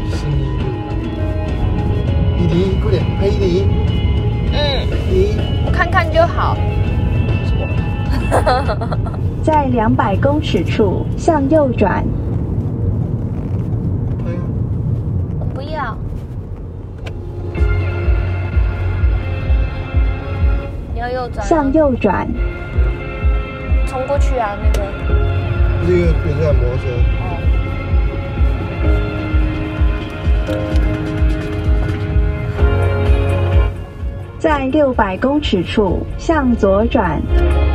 嗯在两百公尺处向右转。哎呀，我不要。你要右转啊，向右转，冲过去啊，那个。那个变态摩托车，哦。在六百公尺处向左转，嗯